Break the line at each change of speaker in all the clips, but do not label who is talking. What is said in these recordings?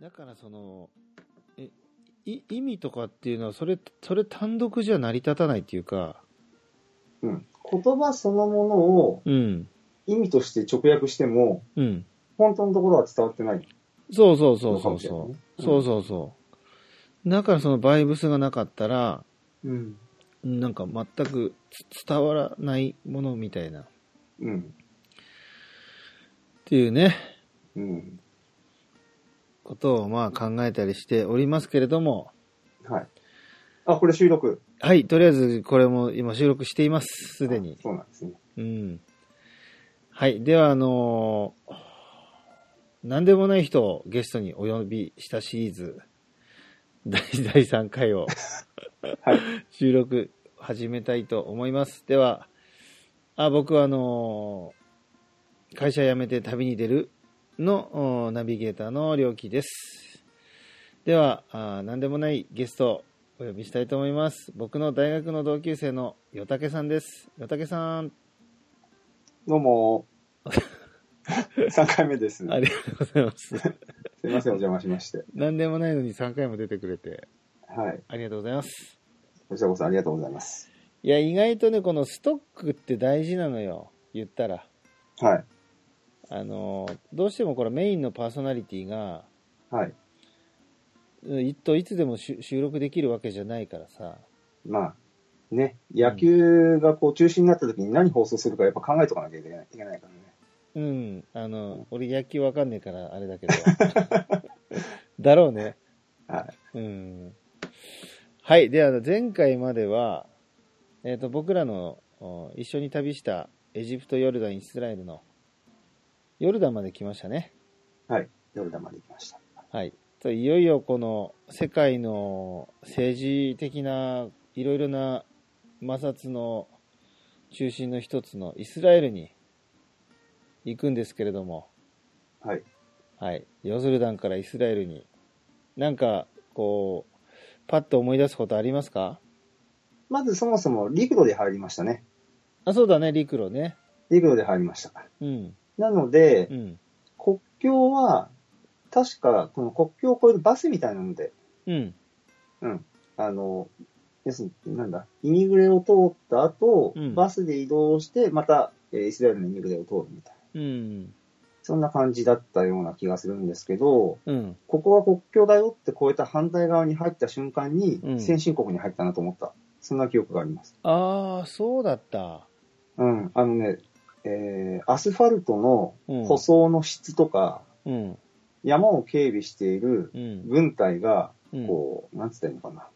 だからそのえい意味とかっていうのはそれそれ単独じゃ成り立たないっていうか
うん。言葉そのものを
うん
意味として直訳しても、
うん
本当のところは伝わってない
そうそうそう
のか
そう
もしれない
そ
ね。
うそうそうそうだからそのバイブスがなかったら
うん。
なんか全くつ伝わらないものみたいなっ
うん。
ていうね
うん。
ことをまあ考えたりしておりますけれども
はい。あ、これ収録。
はいとりあえずこれも今収録していますすでに
あそうなんですね。
うん。はい。では、あのー何でもない人をゲストにお呼びしたシリーズ、 第第3回を
はい。
収録始めたいと思います。では、あ僕は、あのー会社辞めて旅に出るのおナビゲーターの良樹です。では、あ何でもないゲストをお呼びしたいと思います。僕の大学の同級生のよたけさんです。よたけさん。
どうも。3回目です。す
ありがとうございます。
いません、お邪魔しまして。
何でもないのに3回も出てくれて、
はい。
ありがとうございます。
こちらこそありがとうございます。
いや、意外とね、このストックって大事なのよ。言ったら。
はい。
あの、どうしてもこれメインのパーソナリティが、
はい。
うんいといつでも収収録できるわけじゃないからさ。
まあ、ね、野球がこう中止になった時に何放送するかやっぱ考えとかなきゃいけないいけないからね。
うん。あの、俺野球わかんねえから、あれだ けど。だろうね。
はい。
うん。はい。で、あの、前回までは、えっ、と、僕らのお一緒に旅したエジプト、ヨルダン、イスラエルの、ヨルダンまで来ましたね。
はい。夜玉で行きました。
はい。といよいよこの世界の政治的ないろいろな摩擦の中心の一つのイスラエルに行くんですけれども、
はい。
はい。ヨズルダンからイスラエルに、なんか、こう、パッと思い出すことありますか
まずそもそも陸路で入りましたね。
あ、そうだね、陸路ね。
陸路で入りました。
うん。
なので、
うん。
国境は、確か、この国境を越えるバスみたいなので、
うん。
あの、要するに、なんだ、イミグレを通った後、
うん
バスで移動して、また、えーイスラエルのイミグレを通るみたいな。
うん。
そんな感じだったような気がするんですけど、
うん。
ここは国境だよって越えた反対側に入った瞬間に、
うん
先進国に入ったなと思った。そんな記憶があります。
ああ、そうだった。
うん。あのね、えーアスファルトの
うん。
舗装の質とか、
うん。
山を警備している
うん。
軍隊が、
うん。
こう、なんつったらいいのかな、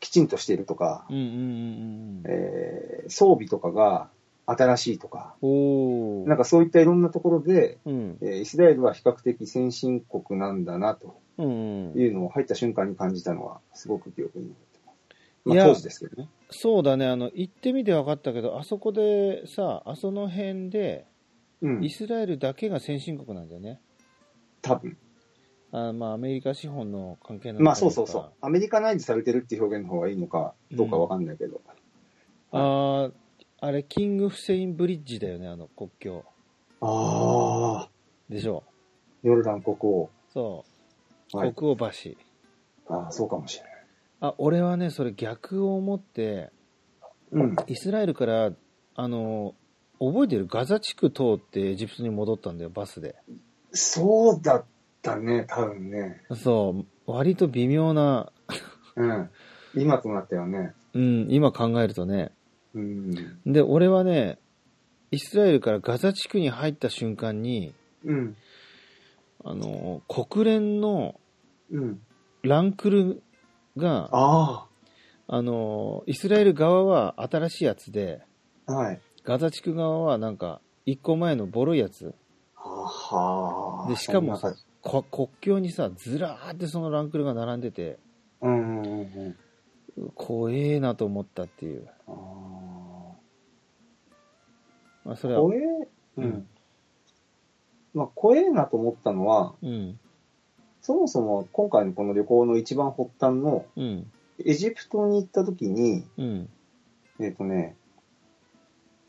きちんとしているとか
う、ん。うん。うん。うん。
えー装備とかが新しいとか、
おお。
なんかそういったいろんなところで、
うん
え。ーイスラエルは比較的先進国なんだなと
うんうん。
いうのを入った瞬間に感じたのは、すごく記憶に残ってます。
い
ま
や
あ当時ですけどね。
そうだね、あの、行ってみて分かったけど、あそこでさ、あその辺で、
う
イ
ん。
スラエルだけが先進国なんだよね。
多分。
あまあ、アメリカ資本の関係なのか
まあそうそうそう。。アメリカナイズされてるっていう表現の方がいいのか、どうかわかんないけど。
ああ、あれ、キング・フセイン・ブリッジだよね、あの国境。
ああ、
でしょ
ヨルダン国王。
そう。
はい。
国王橋。
ああ、そうかもしれない。
あ、俺はね、それ逆を思って、
うん。
イスラエルから、あの、覚えてるガザ地区通ってエジプトに戻ったんだよ、バスで。
そうだったね、多分ね。
そう、割と微妙な、
うん。今となったよね。
うん、今考えるとね。
うん。
で、俺はね、イスラエルからガザ地区に入った瞬間に、
うん。
あの、国連の
うん。
ランクルが、あ
あ
の、イスラエル側は新しいやつで、
あ。はい。
ガザ地区側はなんか、一個前のボロいやつ。
はは
で、しかも
そん
さ
な感じ、
こ国境にさ、ずらーってそのランクルが並んでて、
うんうんうん
怖えなと思ったっていう。
うん。
まあ、そ
あ
れ
あ。
は
怖、え、うん。まあ、怖えなと思ったのは、
うん、
そもそも今回のこの旅行の一番発端の、
うん、
エジプトに行った時に、
うん、
えっ、とね、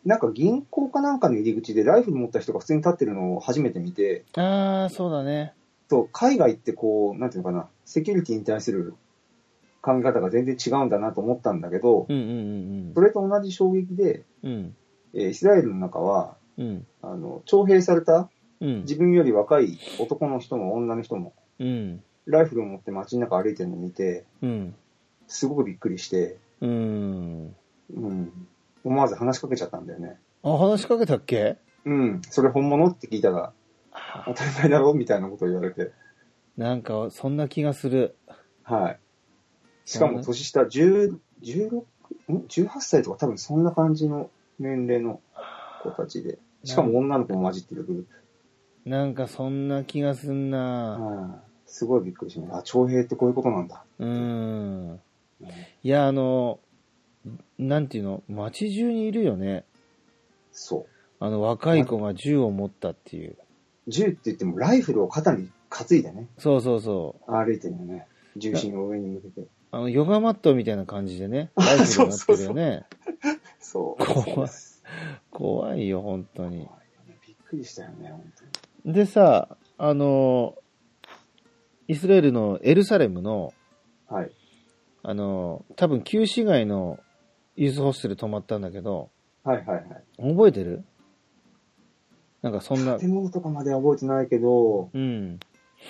なんか銀行かなんかの入り口でライフル持った人が普通に立ってるのを初めて見て、
ああ、そうだね。
そう、海外ってこう、なんていうのかな、セキュリティに対する考え方が全然違うんだなと思ったんだけど、
うんうん
それと同じ衝撃で、
うんうん。
えーイスラエルの中は、
うん。
あの、徴兵された
うん。
自分より若い男の人も女の人も、
うん。
ライフルを持って街の中歩いてるのを見て、
うん。
すごくびっくりして、
うん。
うん、思わず話しかけちゃったんだよね。
あ、話しかけたっけ
うん、それ本物って聞いたら、
あ
当たり前だろみたいなことを言われて、
なんか、そんな気がする。
はい。しかも年下、10 16ん18歳とか多分そんな感じの年齢の子たちで、しかも女の子も混じってるグループ
なんか、そんな気がすんな。
うんすごいびっくりしました。あ、徴兵ってこういうことなんだ。
うん。
うん
いや、あの、なんていうの、街中にいるよね。
そ
あの、若い子が銃を持ったっていう。
う。銃って言ってもライフルを肩に担いでね、
そうそうそう。
歩いてるよね。重心を上に向けて。
あの、ヨガマットみたいな感じで ね、ライフルになってるよね。
そう。
怖い怖いよ、本当に。
びっくりしたよね、本当に。
でさ、あの、イスラエルのエルサレムの、
はい。
あの、多分旧市街のユースホステル泊まったんだけど、
はいはいはい。
覚えてるなんかそんな、
建物とかまでは覚えてないけど、
うん。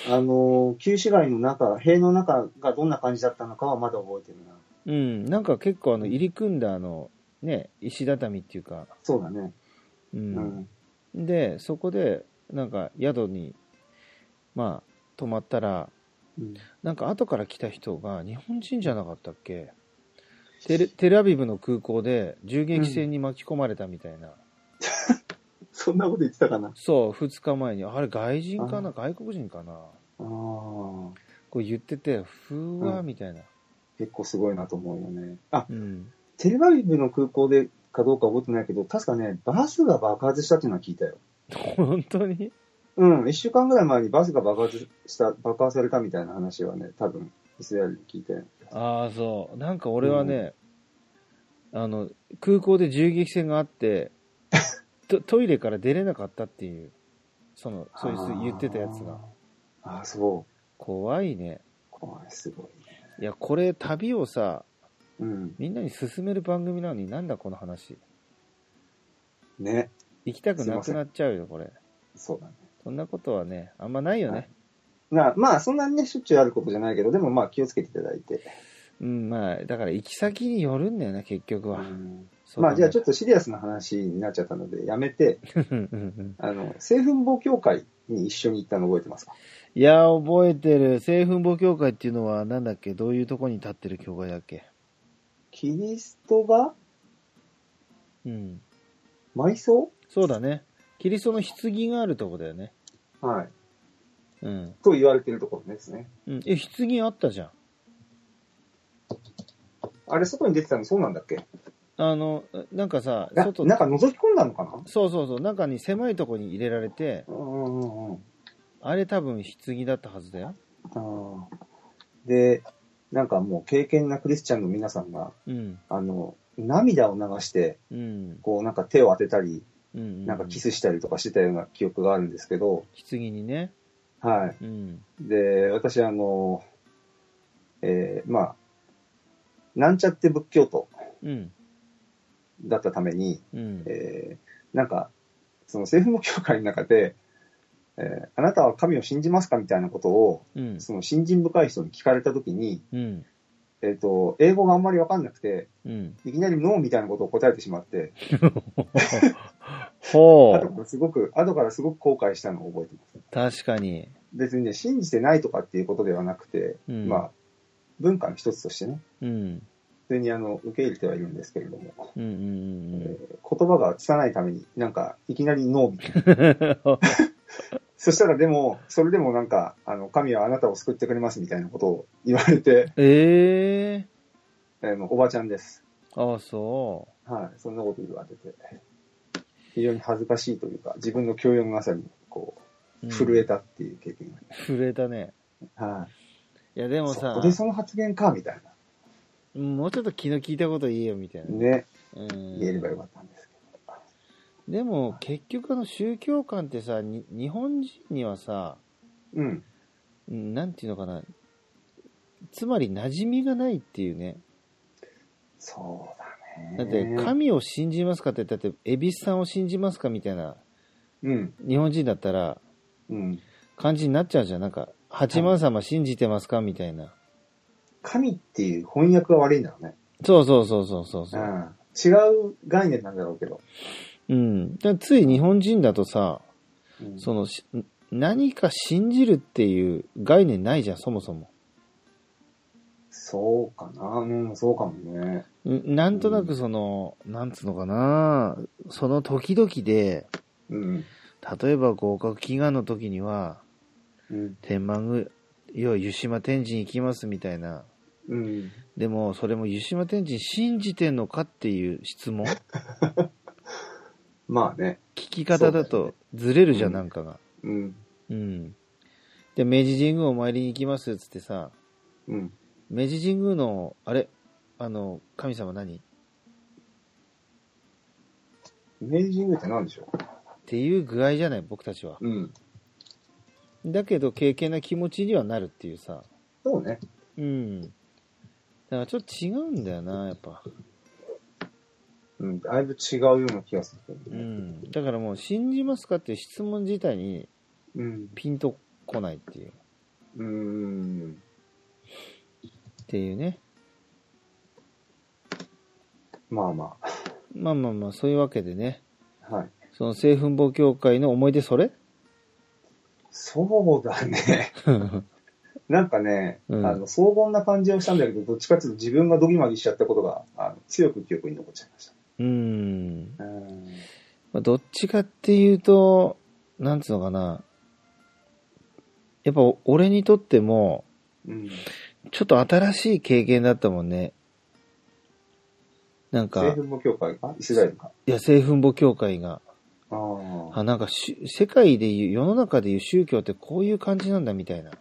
あの、旧市街の中、塀の中がどんな感じだったのかはまだ覚えてるな。
うん。なんか結構あの、入り組んだあの、ね、石畳っていうか、
そうだね。
う。
うんん。
で、そこで、なんか宿に、まあ、泊まったら、
うん
なんか後から来た人が日本人じゃなかったっけテルテルアビブの空港で銃撃戦に巻き込まれたみたいな、
そんなこと言ってたかな。
そう2日前にあれ外人かな外国人かな
ああ、
こう言っててふわ
うん
みたいな、
結構すごいなと思うよね。あ、
うん
テルアビブの空港でかどうか覚えてないけど、確かね、バスが爆発したっていうのは聞いたよ。
本当に
うん、一週間ぐらい前にバスが爆発した、爆破されたみたいな話はね、多分、イスラエルに聞いて。
ああそうなんか俺はね、あの空港で銃撃戦があ ってトトイレから出れなかったっていうそのそいつ言ってたやつが
あー。あー、そう。
怖いね
怖い、すごいね。
いやこれ旅をさ
うん。
みんなに勧める番組なのになんだこの話。
ね。
行きたくなくなっちゃうよ、これ。
そうだね。
そんなことはね、あんまないよね。
はいなまあ、そんなにね、しょっちゅうあることじゃないけど、でもまあ、気をつけていただいて。
うん、まあ、だから行き先によるんだよね、結局は。
うんまあ、じゃあちょっとシリアスな話になっちゃったので、やめて、
と。 うんうんうん
あの、聖墳墓協会に一緒に行ったの覚えてますか
いや、覚えてる。聖墳墓教会っていうのは、なんだっけ、どういうとこに立ってる教会だっけ。
キリストが
うん。
埋葬
そうだね。キリストの棺があるとこだよね。
はい。
うん。
と言われてるところですね。
うん、え、棺あったじゃん。
あれ、外に出てたのそうなんだっけ
あの、なんかさ、
な
外、
なんか覗き込んだのかな
そうそうそう、中に狭いとこに入れられて、
うんうんうん。
あれ多分棺だったはずだよ。
あーで、なんかもう、敬虔なクリスチャンの皆さんが、
うん。
あの、涙を流して、
うん。
こう、なんか手を当てたり、
うん
なんかキ
ス。
スしたりとかしてたような記憶があるんですけど、
棺にね。
はい。
うん。
で、私、あの、えーまあ、なんちゃって仏教徒
うん。
だったために、
うん。
えーなんか、その政府の教会の中で、えーあなたは神を信じますかみたいなことを、
うん。
その信心深い人に聞かれたときに、
うん。
えっ、と、英語があんまりわかんなくて、
うん。
いきなりノーみたいなことを答えてしまって、
ほ
後
う。
からすごく、後からすごく後悔したのを覚えてます。
確かに。
別にね、信じてないとかっていうことではなくて、
うん。
まあ、文化の一つとしてね、
うん。
普通にあの、受け入れてはいるんですけれども、
うん。うん。うん
えー言葉が拙いために、なんか、いきなりノーみたいな。そしたらでも、それでもなんか、あの、神はあなたを救ってくれますみたいなことを言われ て、
ええ
あのおばちゃんです。
ー。ああ、そ
はい、そんなこと言われて、非常に恥ずかしいというか、自分の教養のなさに、こ
う。う
う、
ん
震え。たっていう経験があり
震えたね。
ます。はい。
いや、でもさ
そこ、でその発言か、みたいな。
もうちょっと気の利いたこと言えよ、みたいな。
ね、
うん。
言えればよかったんですけ
でも、結局あの宗教観ってさ、に日本人にはさ、
ど。うん。
うんなんていうのかな。つまり馴染みがないっていうね。
そうだね。
だって、神を信じますかって、だって、エビスさんを信じますかみたいな、
うん、
日本人だったら、
うん。
感じになっちゃうじゃん。なんか、八幡様信じてますかみたいな。
神っていう翻訳が悪いんだろうね。
そうそうそうそうそうそう。
うん。違う概念なんだろうけど。
うん。だからつい日本人だとさ、
うん
その、し何か信じるっていう概念ないじゃん、そもそも。
そうかな。うん、そうかもね。
んなんとなくその、なんつうのかな、その時々で、
うん。
例えば合格祈願の時には、
うん。
天満宮、要は湯島天神行きますみたいな。
うん。
でも、それも湯島天神信じてんのかっていう質問
まあね。
聞き方だとずれるじゃん、なんかが。
うん。
うん。で、明治神宮お参りに行きますっつってさ、
うん。
明治神宮の、あれあの、神様何っ
明治神宮って何でしょ
ていう具合じゃない、僕たちは。
ううん。
だけど、敬虔な気持ちにはなるっていうさ。
そうね。
うん。だからちょっと違うんだよな、やっぱ。
うん。だいぶ違うような気がするけ
う
どね。
ん。だからもう、信じますかっていう質問自体に
うん。
ピンとこないっていう。
うん。
っていうね。
まあま
まあまあまあ、そういうわけでね。
あ。はい。
その、聖墳墓協会の思い出それ
そうだね。 なんかね、
うん
あの、荘厳な感じをしたんだけど、どっちかっていうと自分がドギマギしちゃったことが、あの強く記憶に残っちゃいまし
うん。
た。うん。
まあ、どっちかっていうと、なんつうのかな。やっぱお俺にとっても、
うん。
ちょっと新しい経験だったもんね。なんか
政、府も教会かイスラエルか。
いや、聖墳墓教会が、
ああ。
あ、なんかしゅ、世界でいう、世の中でいう宗教ってこういう感じなんだみたいな。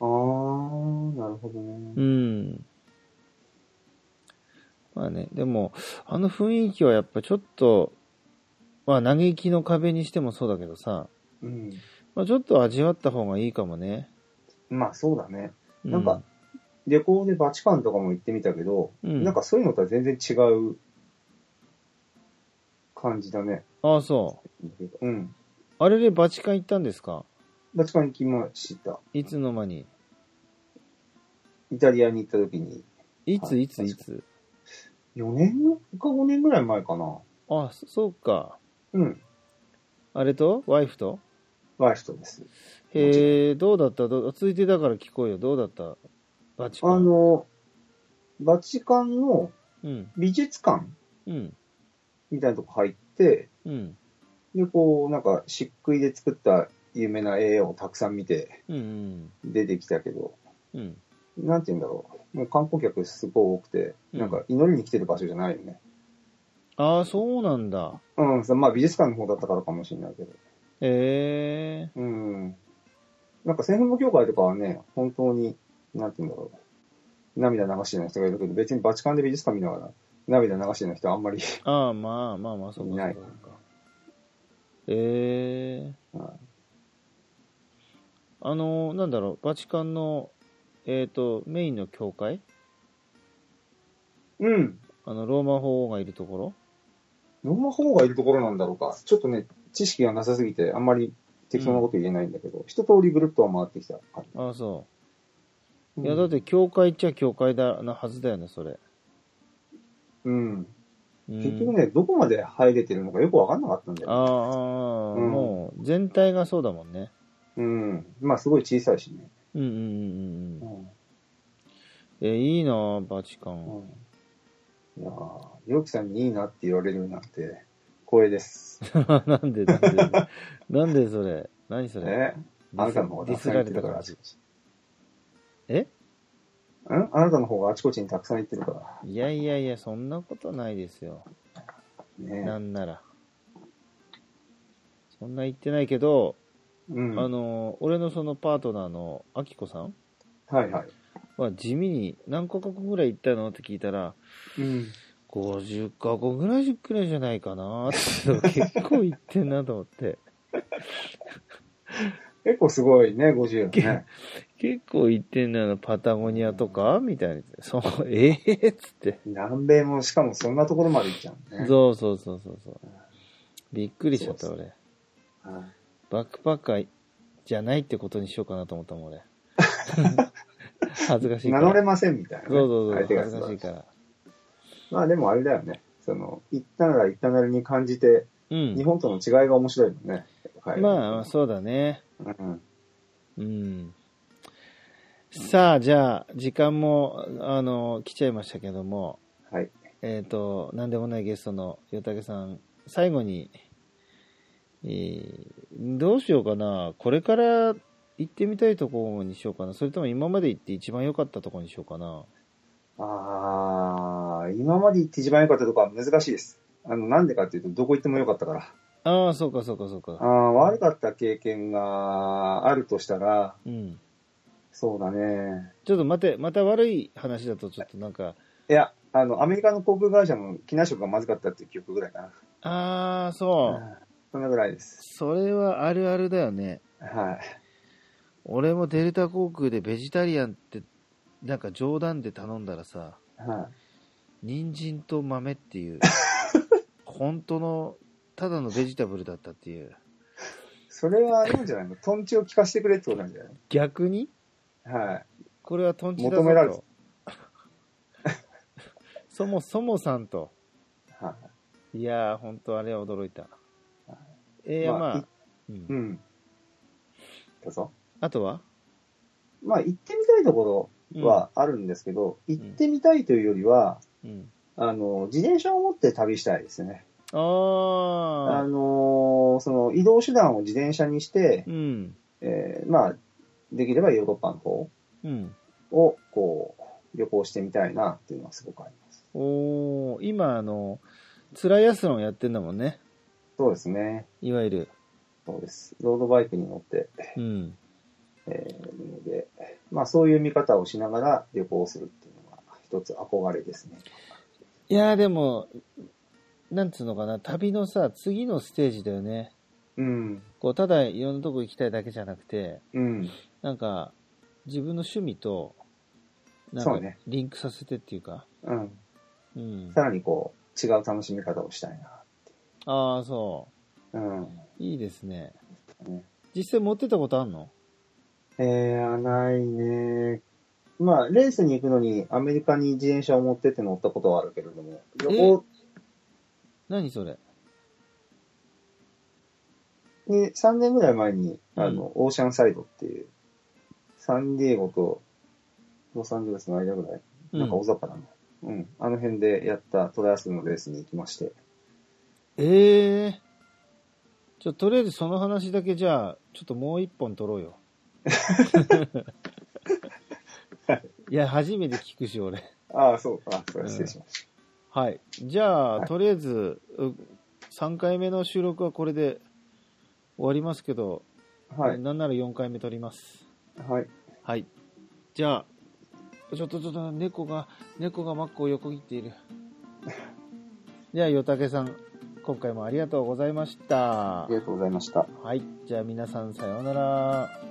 あー、なるほど
う
ね。
ん。まあね、でも、あの雰囲気はやっぱちょっと、まあ、嘆きの壁にしてもそうだけどさ、
うん。
まあ、ちょっと味わった方がいいかもね。
まあそうだね。
う
なんか、旅行でバチカンとかも行ってみたけど、
うん
なんかそういうのとは全然違う感じだね。
ああ、そう。
うん。
あれでバチカン行ったんですか
バチカン行きました。
いつの間に
イタリアに行った時に、
いつ
はい
いついつ
4年か5年ぐらい前かな。
あ、そそうか。
うん。
あれとワイフと
ワイフとです。
へえ、どうだったどう続いてだから聞こうよ。どうだったバチ
あ
カン。、
の、バチカンの
うん、
美術館
うん、
みたいなとこ入って、
うん、
で、こう、なんか、漆喰で作った有名な絵をたくさん見て
うん、うん、
出てきたけど、
うん。
なんて言うんだろう。もう観光客すごい多くて、
うん
なんか祈りに来てる場所じゃないよね。
ああ、そうなんだ。
うん、さまあ美術館の方だったからかもしれないけど。
へえ、
うん。なんか戦後協会とかはね、本当に、なんて言うんだろう。涙流してない人がいるけど、別にバチカンで美術館見ながら涙流してない人はあんまり、
ああ、まあまあまあ、そうか
いな
そう
い
か。へえ、
は
あの、なんだろう、バチカンの、えっ、と、メインの教会
いうん。
あの、ローマ法王がいるところ
どんな方がいるところなんだろうか。ちょっとね、知識がなさすぎて、あんまり適当なこと言えないんだけど、一通りぐるっとは回ってきた感じ。
ああ、そう。
うん
いや、だって、教会っちゃ教会だなはずだよね、それ。
うん。
うん
結局ね、どこまで入れてるのかよくわかんなかったんだよ
あ。あ、ああ
うん
もう、全体がそうだもんね。
うん。まあ、すごい小さいしね。
うんうんうんうんう
う
ん。
ん。
え、いいなバチカン。
うん、いやーりょうきさんにいいなって言われるなんて、光栄です。
なんで、なんで、なんでそれ。何それ。
ね。
ディ
あな
ス
たの方が
ディ
たくさ
ス
ん行
られ
っ
た
てるか。
からら
あ。ちこち
え
んあなたの方があちこちにたくさん行ってるから。
いやいやいや、そんなことないですよ。な
ね。
んなら。そんな言ってないけど、
うん。
あの、俺のそのパートナーのアキコさん
はいはい。
は地味に何カ国ぐらい行ったのって聞いたら、
うん。
50カ国ぐらいくらいじゃないかなって結構行ってんなと思って。
結構すごいね、50ね。
結構行ってんのよパタゴニアとかみたいな。そう、ええっつって。
南米も、しかもそんなところまで行っちゃうね。
そうそうそうそうそう。びっくりしちゃった、
そう
俺。
はい
バックパッカーじゃないってことにしようかなと思ったもん、 俺。恥ずかしいか
名
ら。
乗れませんみたいなね、
そうそうそう
相手が
恥ずかしいから。
まあでもあれだよね。その、行ったなら行ったなりに感じて、
う
日
ん。
本との違いが面白いもんね。はい
まあ、そうだね。
うん。
うん。さあ、じゃあ、時間も、あの、来ちゃいましたけども、
はい。
えっ、と、なんでもないゲストのよたけさん、最後に、えーどうしようかな。これから行ってみたいところにしようかな。それとも今まで行って一番良かったところにしようかな。
ああ、今まで行って一番良かったとこは難しいです。あの、なんでかっていうと、どこ行っても良かったから。
ああ、そうかそうかそう
あ
か。
あ、悪かった経験があるとしたら、
うん。
そうだね。
ちょっと待って、また悪い話だとちょっとなんか、
いや、あの、アメリカの航空会社の機内食がまずかったっていう記憶ぐらいかな。
ああ、そう。
うんそんなぐらいです。
それはあるあるだよね。
はい。
俺もデルタ航空でベジタリアンって、なんか冗談で頼んだらさ、
は
人参と豆っていう、本当の、ただのベジタブルだったっていう。
い。それはあれなんじゃないのトンチを聞かせてくれってことなんじゃない
逆に
はい。
これはトンチだぞと
求められて
そもそもさんと。
はい
やー、本当あれは驚いた。えー、
まあ
まあ
い、
うん
い。うん。どうぞ。
あとは
まあ、行ってみたいとこ
うん
ろはあるんですけど、行ってみたいというよりは、
うん。
あの、自転車を持って旅したいですね。あ
あー。
の、その移動手段を自転車にして、
うん。
えーまあ、できればヨーロッパの方
うん。
を、こう、旅行してみたいなっていうのはすごくあります。
おー、今、あの、ツライアスロンやってんだもんね。
そうですね。
いわゆる。
そうです。ロードバイクに乗って、
うん。
えーなので、まあ、そういう見方をしながら旅行をするっていうのが一つ憧れですね。
いやーでも、なんつうのかな、旅のさ、次のステージだよね。
うん。
こう、ただいろんなとこ行きたいだけじゃなくて、
うん。
なんか、自分の趣味と、なん
そ
か
うね、
リンクさせてっていうか。
うん。
うん。
さらにこう、違う楽しみ方をしたいな。
ああ、そ
うん。
う。いいですね
ね。
実際持ってったことあんの
えー、ないね。まあ、レースに行くのにアメリカに自転車を持ってって乗ったことはあるけれども、旅行
何それ
に3年ぐらい前に、
うん
あの、オーシャンサイドっていう、サンディエゴとロサンゼルスの間ぐらい、なんか
う
大雑把なの。うん、あの辺でやったトライアスロンのレースに行きまして。
ええー。ちょ、とりあえずその話だけじゃあ、ちょっともう一本取ろう よ。いや、初めて聞くし、俺。
ああ、そうか。それ失礼しまし
はい。じゃあ、
はい
とりあえず、う3回目の収録はこれで終わりますけど、
た。はい。
なんなら4回目撮ります。
はい。
はい。じゃあ、ちょっとちょっと、猫が、猫がマックを横切ってい る。じゃあ、よたけさん、今回もありがとうございました
あり。がとうございました。
はい。じゃあ、皆さん、さようなら。